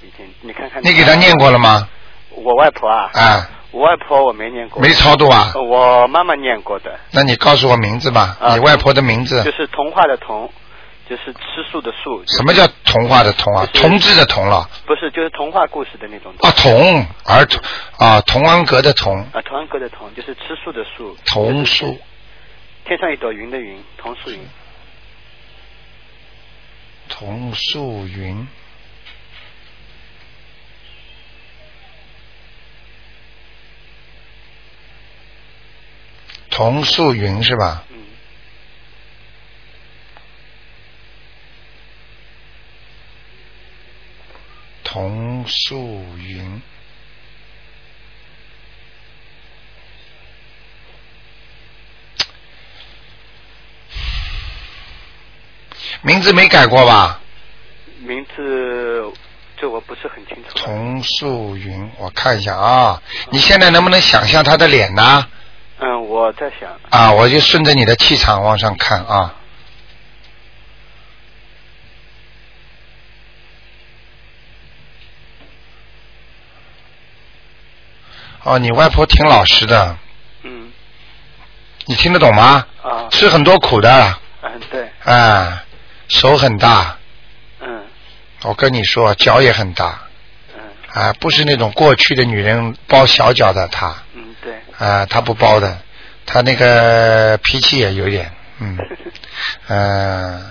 已经你看看你给他念过了吗？我外婆啊，啊，我外婆我没念过，没超度啊？呃我妈妈念过的，那你告诉我名字吧，啊你外婆的名就字。是童话的童，就是吃素的素。什么叫童话的童啊？就是同志的同了不是，就是童话故事的那种。啊，童儿童啊，童安格的童，啊，童安格的童就是吃素的素。童书天上一朵云的云，童素云。童素云。童素云是吧？嗯。童素云。名字没改过吧？名字这我不是很清楚。童素云，我看一下啊，你现在能不能想象她的脸呢？嗯，我在想，啊，我就顺着你的气场往上看啊。哦，你外婆挺老实的，嗯你听得懂吗？啊，吃很多苦的，嗯对，啊，手很大，嗯我跟你说，脚也很大，嗯啊，不是那种过去的女人包小脚的她，嗯对，啊，她不包的，她那个脾气也有一点，嗯。嗯，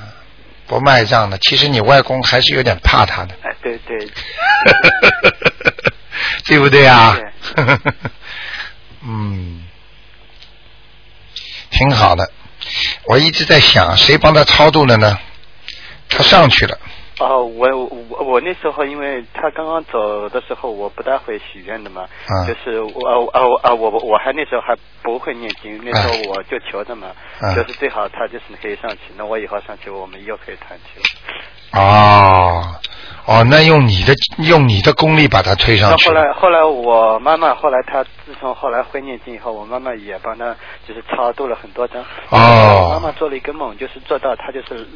不卖账的。其实你外公还是有点怕他 的， 哎对对，对不对啊对？ 嗯，挺好的。我一直在想，谁帮他超度了呢？他上去了，哦，我我我那时候因为他刚刚走的时候，我不大会许愿的嘛，嗯就是我啊啊啊我我还那时候还不会念经，那时候我就求的嘛，嗯就是最好他就是可以上去，那我以后上去我们又可以团聚了。哦，哦，那用你的用你的功力把他推上那去后了来，后来我妈妈，后来她自从后来会念经以后，我妈妈也帮她就是超度了很多张。哦我妈妈做了一个梦，就是做到她就是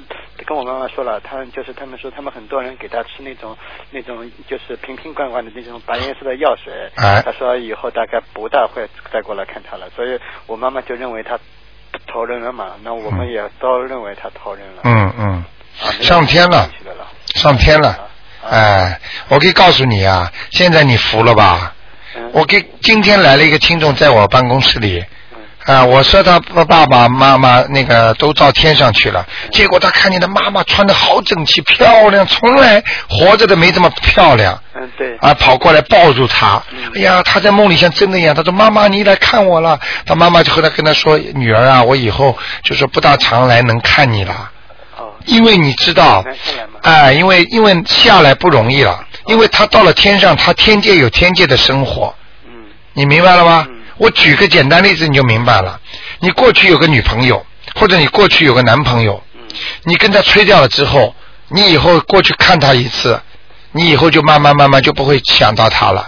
跟我妈妈说了，她就是他们说他们很多人给她吃那种那种就是瓶瓶罐罐的那种白颜色的药水。哎她说以后大概不大会再过来看她了，所以我妈妈就认为她投人了嘛，那我们也都认为她投人了。嗯嗯，啊，没有上天了上去了了。上天了啊。哎，我可以告诉你啊，现在你服了吧？嗯我给今天来了一个听众，在我办公室里嗯。啊，我说他爸爸妈妈那个都到天上去了，结果他看见他妈妈穿的好整齐漂亮，从来活着的没这么漂亮嗯对。啊，跑过来抱住他嗯，哎呀，他在梦里像真的一样，他说妈妈你来看我了，他妈妈就后来跟他说女儿啊，我以后就说不大常来能看你了，哦。因为你知道难下来吗，哎、因为因为下来不容易了，因为他到了天上，他天界有天界的生活，嗯你明白了吗嗯？我举个简单例子你就明白了。你过去有个女朋友，或者你过去有个男朋友，嗯你跟他吹掉了之后，你以后过去看他一次，你以后就慢慢慢慢就不会想到他了，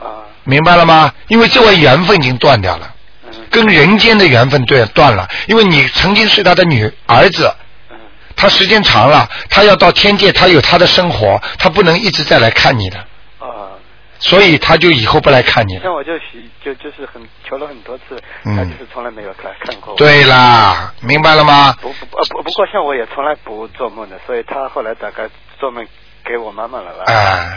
啊明白了吗？因为这位缘分已经断掉了，嗯跟人间的缘分断断了，因为你曾经是他的女儿子，嗯他时间长了，他要到天界，他有他的生活，他不能一直再来看你的，啊。所以他就以后不来看你了。像我就许就就是很求了很多次，嗯他就是从来没有来看过我。对啦，明白了吗？不不呃不不过像我也从来不做梦的，所以他后来大概做梦给我妈妈了吧。嗯哎、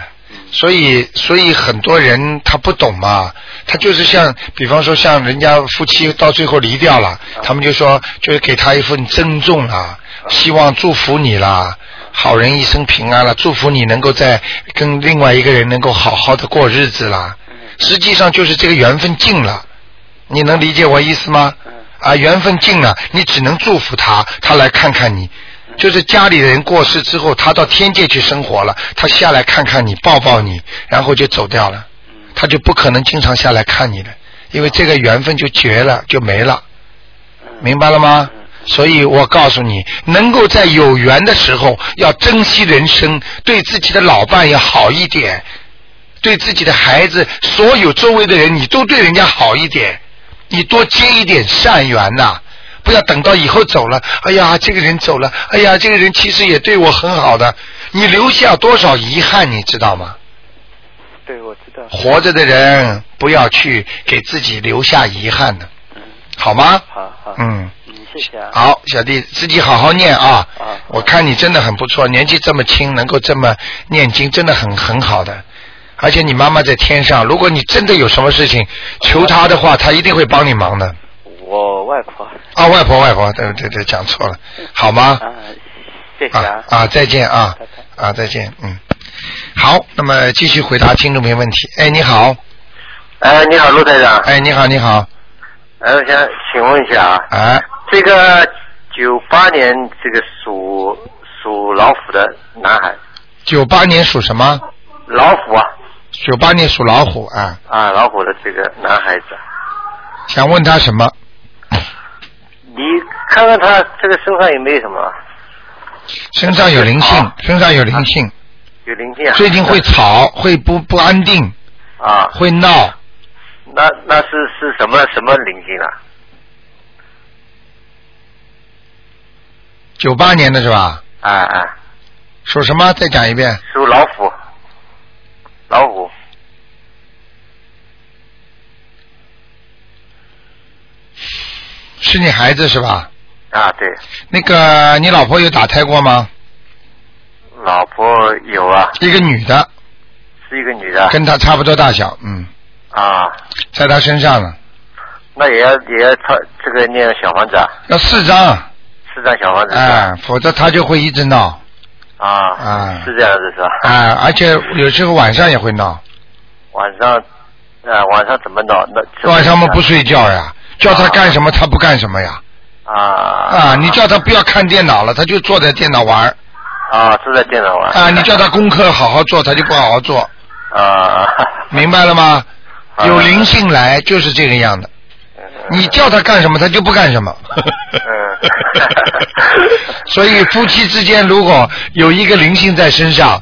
所以所以很多人他不懂嘛，他就是像，比方说像人家夫妻到最后离掉了，他们就说就是给他一份尊重啦，希望祝福你啦，好人一生平安啦，祝福你能够在跟另外一个人能够好好的过日子啦。嗯实际上就是这个缘分尽了，你能理解我意思吗？啊，缘分尽了，你只能祝福他，他来看看你。就是家里人过世之后，他到天界去生活了，他下来看看你，抱抱你，然后就走掉了，嗯他就不可能经常下来看你了，因为这个缘分就绝了，就没了，嗯明白了吗？所以我告诉你，能够在有缘的时候要珍惜人生，对自己的老伴要好一点，对自己的孩子，所有周围的人，你都对人家好一点，你多结一点善缘呐、不要等到以后走了，哎呀，这个人走了，哎呀，这个人其实也对我很好的，你留下多少遗憾，你知道吗？对，我知道。活着的人不要去给自己留下遗憾的，好吗？嗯好好。嗯，嗯嗯，谢谢啊。好，小弟自己好好念啊啊！我看你真的很不错，年纪这么轻能够这么念经，真的很很好的。而且你妈妈在天上，如果你真的有什么事情求她的嗯话，她一定会帮你忙的。我外婆啊，外婆，外婆，对对对，讲错了，好吗？啊，谢谢啊啊。啊，再见啊拜拜啊，再见，嗯。好，那么继续回答听众朋友问题。哎，你好，哎，你好，陆台长。哎，你好，你好，哎，我想请问一下啊，哎，这个九八年这个属属老虎的男孩，九八年属什么？老虎啊九八年属老虎啊，啊，老虎的这个男孩子，啊想问他什么？你看看他这个身上有没有什么身上有灵性好，身上有灵性，有灵性啊？最近会吵，会不不安定，啊，会闹，那那是是什么什么灵性啊？九八年的是吧？啊啊，属什么？再讲一遍。属老虎，老虎是你孩子是吧？啊，对，那个你老婆有打胎过吗？老婆有啊，一个女的，是一个女的跟她差不多大小，嗯，啊，在她身上了，那也要也要他这个念小房子啊，要四张，四张小房子是吧？哎，否则她就会一直闹，啊，啊是这样子是吧？哎，而且有时候晚上也会闹，晚上，啊，晚上怎么闹？那怎么晚上我们不睡觉呀，叫她啊干什么她不干什么呀，啊啊，你叫她不要看电脑了，她就坐在电脑玩儿，啊，坐在电脑玩啊，你叫她功课好好做，她就不好好做，啊，明白了吗？啊有灵性来就是这个样的，你叫他干什么，他就不干什么。嗯 所以夫妻之间如果有一个灵性在身上，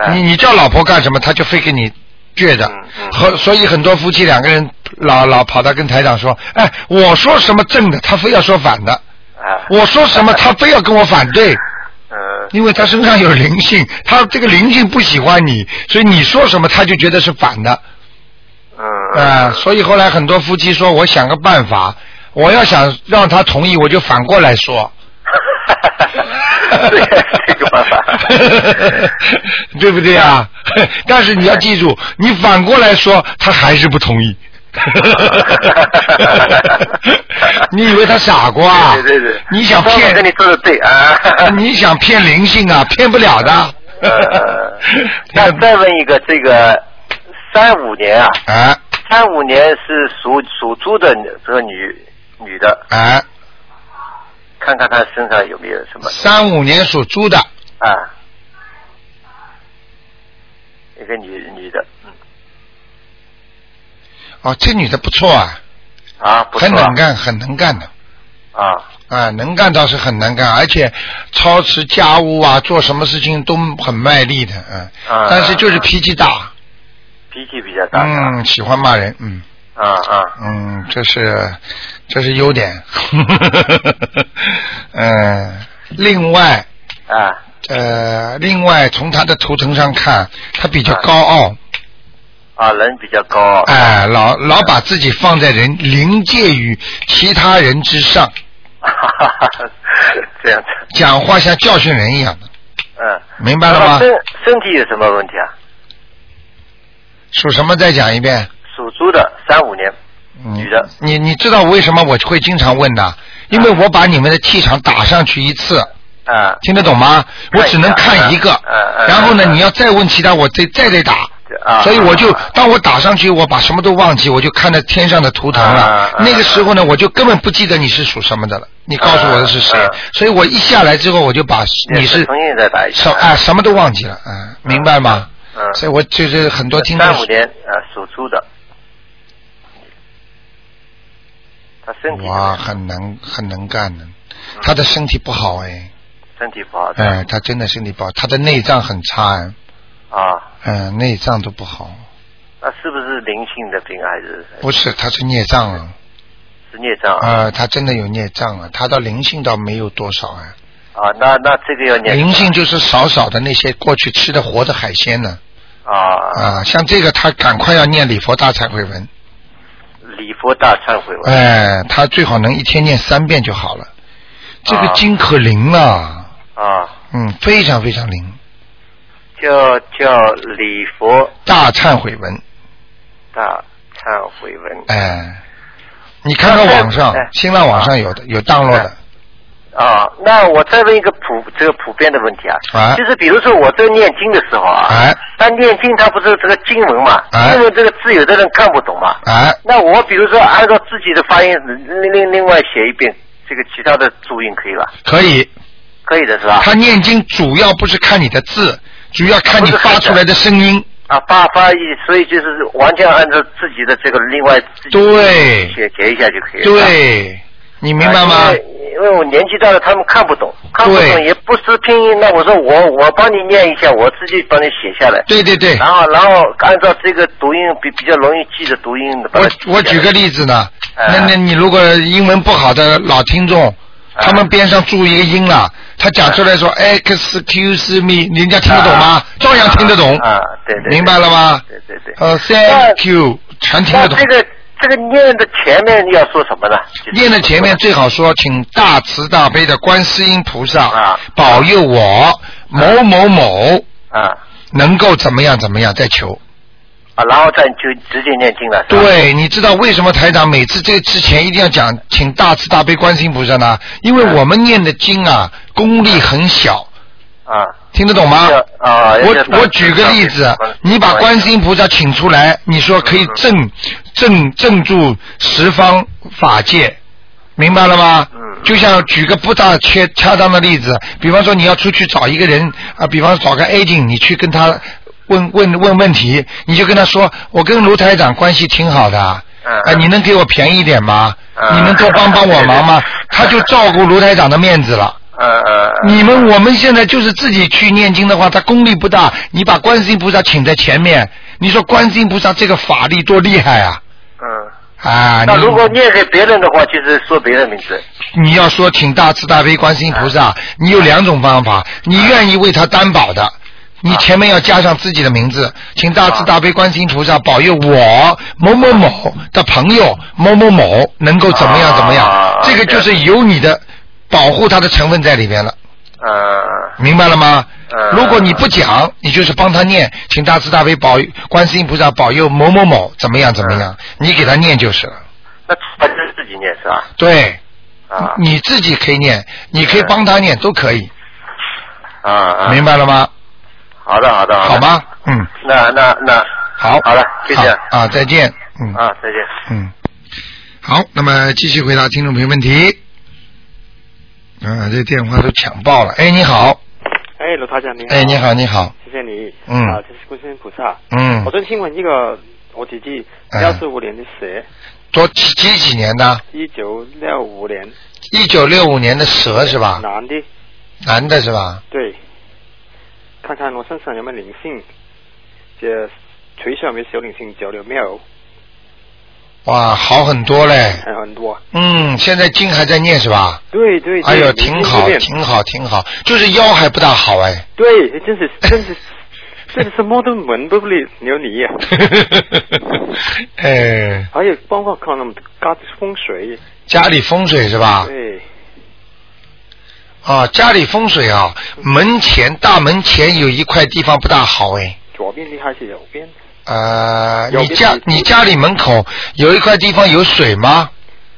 嗯你你叫老婆干什么，他就非给你倔着嗯。嗯和所以很多夫妻两个人老老跑到跟台长说，哎，我说什么正的，他非要说反的；啊，我说什 么，他非要跟我反对。嗯因为他身上有灵性，他这个灵性不喜欢你，所以你说什么他就觉得是反的。嗯呃，所以后来很多夫妻说，我想个办法，我要想让他同意，我就反过来说。对，这 个办法，对不对啊？ 但是你要记住，你反过来说，他还是不同意。 你以为他傻瓜？对对对对，啊你想我跟骗你说的对 啊。你想骗灵性啊，骗不了的。呃， 那再问一个，这个三五年啊，哎三五年是属属猪的这个女女的，哎，看看她身上有没有什么三五年属猪的，啊？一个女女的，嗯哦，这女的不错啊，啊，不错很能干，很能干的。啊啊，能干倒是很能干，而且操持家务啊，做什么事情都很卖力的，嗯，啊但是就是脾气大，脾气比较大是吧嗯，喜欢骂人，嗯啊啊嗯，这是这是优点， 嗯，另外啊呃，另外从他的图腾上看，他比较高傲，啊，人比较高哎、老老把自己放在人临界于其他人之上，啊， 这样子，讲话像教训人一样的，嗯，明白了吗那？身身体有什么问题啊？属什么？再讲一遍。属猪的三五年，女的嗯你你知道为什么我会经常问的？因为我把你们的气场打上去一次，啊听得懂吗？看一下我只能看一个嗯嗯嗯，然后呢，嗯你要再问其他，我再再得打。啊，所以我就啊当我打上去，我把什么都忘记，我就看着天上的图腾了啊。啊那个时候呢，我就根本不记得你是属什么的了。你告诉我的是谁啊啊，所以我一下来之后，我就把你是重新再打一什下，啊什么都忘记了，嗯，明白吗？嗯，所以我就是很多听众三五年啊，属猪的，他身体怎么哇，样很能很能干的，他的身体不好哎，身体不好的、哎，他真的身体不好，他的内脏很差哎，啊，嗯、内脏都不好，那是不是灵性的病啊还是不是，他是孽障啊，是孽障啊？啊，他真的有孽障啊，他的灵性倒没有多少啊，啊，那那这个要念灵性就是少少的那些过去吃的活的海鲜呢，啊，啊，像这个他赶快要念礼佛大忏悔文，礼礼佛大忏悔文。哎，他最好能一天念三遍就好了。这个啊经可灵了，啊，嗯，非常非常灵。叫叫礼佛大忏悔文，大忏悔文。哎，你看看网上哎，新浪网上有的有当落的，啊，那我再问一个普这个普遍的问题啊，哎就是比如说我在念经的时候啊，哎那念经它不是这个经文嘛，哎因为这个字有的人看不懂嘛，哎，那我比如说按照自己的发音，另另另外写一遍这个其他的注音可以吧？可以。可以的是吧？他念经主要不是看你的字，主要看你不是看发的出来的声音。啊，发发音，所以就是完全按照自己的这个另外自己对写写一下就可以了。是吧对，你明白吗啊？因为因为我年纪大了，他们看不懂，看不懂对也不识拼音。那我说我我帮你念一下，我自己帮你写下来。对对对，然后然后按照这个读音比比较容易记的读音把它我记下来。我举个例子呢，哎那那你如果英文不好的老听众，哎他们边上注一个音了，他讲出来说哎 excuse me，人家听得懂吗啊？照样听得懂。啊，对对，对明白了吧？对对对。呃，thank you，全听那得懂这。个这个念的前面要说什么呢？就是念的前面最好说，请大慈大悲的观世音菩萨啊保佑我某某某啊能够怎么样怎么样再求。啊，然后再就直接念经了。是吧，对，你知道为什么台长每次这之前一定要讲请大慈大悲观世音菩萨呢？因为我们念的经啊，功力很小，啊听得懂吗要？啊要要我我举个例要子要，你把观世音菩萨请出来，你说可以嗯镇镇镇住十方法界，明白了吗？嗯就像举个不大切恰当的例子，比方说你要出去找一个人啊，比方找个 A 景，你去跟他问问问问题，你就跟他说，我跟卢台长关系挺好的啊。嗯啊，你能给我便宜一点吗？嗯你能多帮帮我忙 吗对对？他就照顾卢台长的面子了。呃呃，你们我们现在就是自己去念经的话，他功力不大。你把观世音菩萨请在前面，你说观世音菩萨这个法力多厉害啊！嗯。啊，那你如果念给别人的话，就是说别人名字。你要说请大慈大悲观世音菩萨，你有两种方法，你愿意为他担保的。你前面要加上自己的名字，请大慈大悲观世音菩萨保佑我某某某的朋友某某某能够怎么样怎么样啊，这个就是有你的保护他的成分在里边了。呃明白了吗呃？如果你不讲，你就是帮他念，请大慈大悲保观世音菩萨保佑某某某怎么样怎么样，呃你给他念就是了。那反正自己念是吧？对，啊你自己可以念，你可以帮他念，都可以，啊啊！嗯明白了吗？好的好的好的。吗？嗯，那那那好，好了，就这样好啊，再见，嗯啊，再见。嗯，好，那么继续回答听众朋友问题。啊，这电话都抢爆了。哎，你好，哎，罗台长您好。哎，你。好，你好，谢谢你。嗯啊，这是观世音菩萨。嗯我，最近听闻一个我姐姐嗯幺四五年的蛇，多几几几年的？一九六五年一九六五年的蛇是吧？男的，男的是吧？对。看看我身上有没有灵性，这腿上有没有小灵性，脚有没有？哇，好很多嘞。还有很多。嗯，现在经还在念是吧？对对对。哎呦，灵性挺这好，边挺好，挺好，就是腰还不大好哎。 对，真是真是真是什么都闻不 了了你啊 呀、哎，还有包括看我们家的风水，家里风水是吧？对，啊，家里风水啊，门前大门前有一块地方不大好哎。左边的还是右边？呃，有你个家地你家里门口有一块地方有水吗？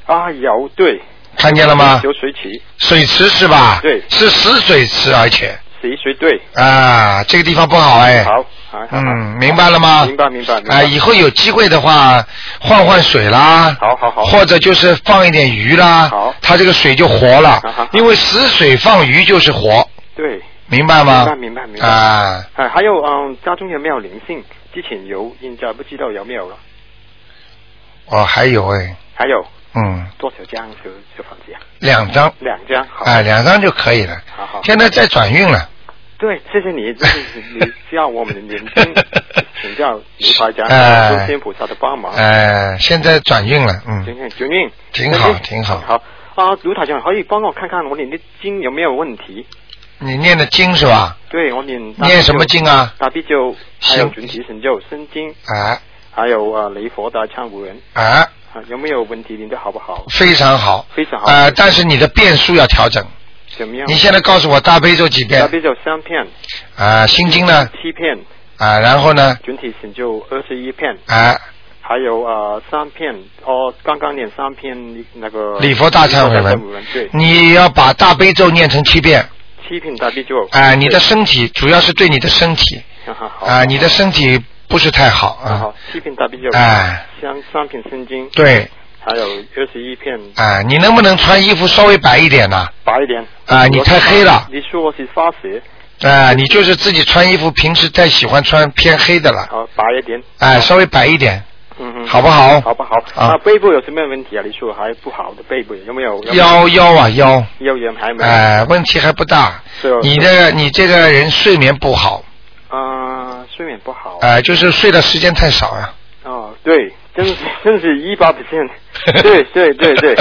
啊，有对。看见了吗？有水池，水池是吧？对是死水池，而且水水对。啊，这个地方不好哎。好，好，好嗯，明白了吗？明白明白明白啊，以后有机会的话，换换水啦。好好好或者就是放一点鱼啦。好它这个水就活了好好好，因为死水放鱼就是活，对，明白吗？明白明白明白啊，哎，还有嗯，家中有没有灵性？之前有，现在不知道有没有了。哦，还有哎，还有嗯，多少张小小房子啊？两张，两张。好，啊，两张就可以了。好好现在在转运了。对，谢谢你，就是 你教我们的年轻请教刘台长、哎观世音菩萨的帮忙。哎，现在转运了，嗯，行行，转运挺好那就挺好好啊，卢台长可以帮我看看我脸的筋有没有问题？你念的经是吧？对我脸大悲咒念什么经啊？大悲咒，还有心准提神咒、心经，啊还有啊，呃礼佛大忏悔文。啊，啊，有没有问题？您的好不好？非常好，非常好呃，但是你的变数要调整。怎么样？你现在告诉我大悲咒几遍大悲咒三片，啊、心经呢？七片，啊、然后呢？准体神咒二十一片，啊、还有呃三片哦，刚刚念三片那个礼佛大忏悔礼佛大文忏悔文对，你要把大悲咒念成七遍。七片大悲咒啊、你的身体主要是对你的身体对哈哈好啊、你的身体不是太好好啊好，七片大悲咒，哎三三片圣经，，对还有二十一片啊、你能不能穿衣服稍微白一点呢、白一点啊你太黑了你说我是发邪，啊、你就是自己穿衣服，平时太喜欢穿偏黑的了，好白一点，哎、稍微白一点，嗯嗯，好不好？好不好？啊啊，背部有什么问题啊？你说还不好的背部有没有？有没有腰腰啊腰，腰炎还没有？哎、问题还不大。是哦你的你这个人睡眠不好，啊，睡眠不好。哎、就是睡的时间太少呀、哦，对，真是真是一百 percent，对对对对，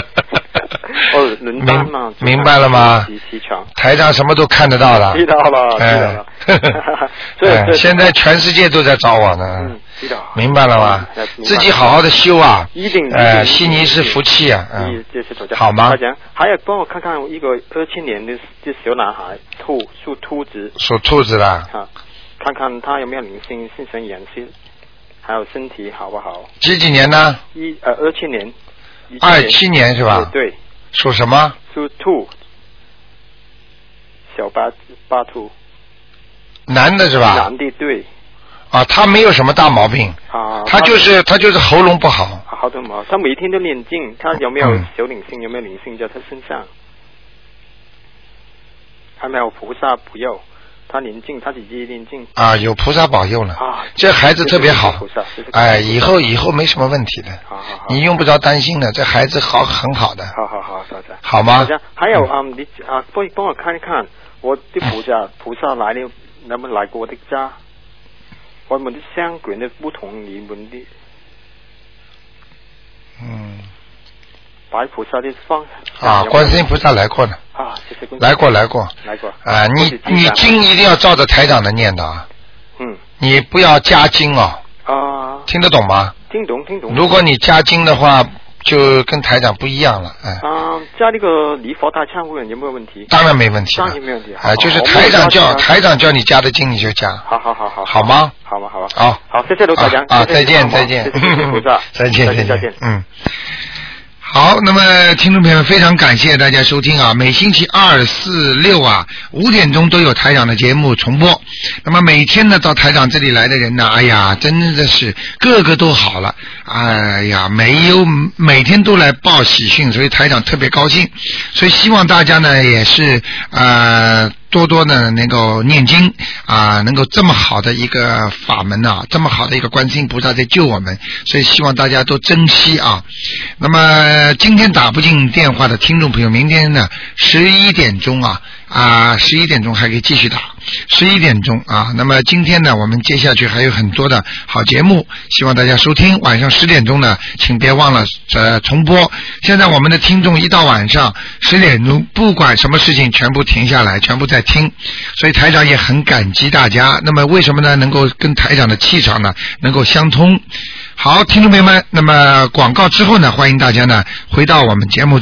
哦，轮班嘛，明明白了吗起起床，台上什么都看得到了，知道了，知 道了 哎，对哎对，现在全世界都在找我呢嗯，，知道，明白了吗嗯？明白自己好好的修啊，一定，一定哎，一定悉尼是福气啊，一嗯定这是头家好吗头家还有帮我看看一个二七年的这小男孩，兔属兔子，属兔子的，哈，看看他有没有灵性、性神阳气，还有身体好不好？几几年呢？一呃，二七年，17二七年是吧？对，对属什么？属兔，小八八兔，男的是吧男？的对啊，他没有什么大毛病，啊，他就是他就是喉咙不好，好的嘛，他每天都念经，他有没有嗯小灵性？有没有灵性在他身上？还没有菩萨保佑，他念经，他自己念经啊，有菩萨保佑了啊，这孩子特别好谢谢菩萨谢谢，哎，菩萨以后以后没什么问题的好好好，你啊用不着担心的，这孩子好很好的，好好好，大家好吗大家还有啊，嗯你啊，帮帮我看一看我的菩萨，菩萨来了，能不能来过我的家？我们的香港的不同你们的嗯，白菩萨的方啊，观世音菩萨来过的，啊，谢谢观世音来过来过，来过啊，我你只记你得经一定要照着台长的念的啊，嗯你不要加经哦，啊，听得懂吗？听懂听懂。如果你加经的话，就跟台长不一样了，哎，啊，加那个礼佛大忏悔文有没有问题？当然没问题了当然没问题。好哎，就是好我台们长加叫加台长叫你加的经你就加，好好好好，好吗？好吧好吧，好好，谢谢卢台长啊，啊再谢谢见你的再帮见忙谢谢谢谢菩萨，， 再见再见再见。嗯。好，那么听众朋友们，非常感谢大家收听啊！每星期二、四、六啊，五点钟都有台长的节目重播。那么每天呢，到台长这里来的人呢，哎呀，真的是个个都好了，哎呀，没有每天都来报喜讯，所以台长特别高兴。所以希望大家呢，也是呃多多呢能够念经啊、能够这么好的一个法门呐、这么好的一个观世音菩萨在救我们，所以希望大家都珍惜啊。那么今天打不进电话的听众朋友，明天呢十一点钟啊啊十一点钟还可以继续打，十一点钟啊。那么今天呢，我们接下去还有很多的好节目，希望大家收听。晚上十点钟呢，请别忘了呃重播。现在我们的听众一到晚上十点钟，不管什么事情全部停下来，全部在听。所以台长也很感激大家。那么为什么呢？能够跟台长的气场呢能够相通。好，听众朋友们，那么广告之后呢，欢迎大家呢回到我们节目中。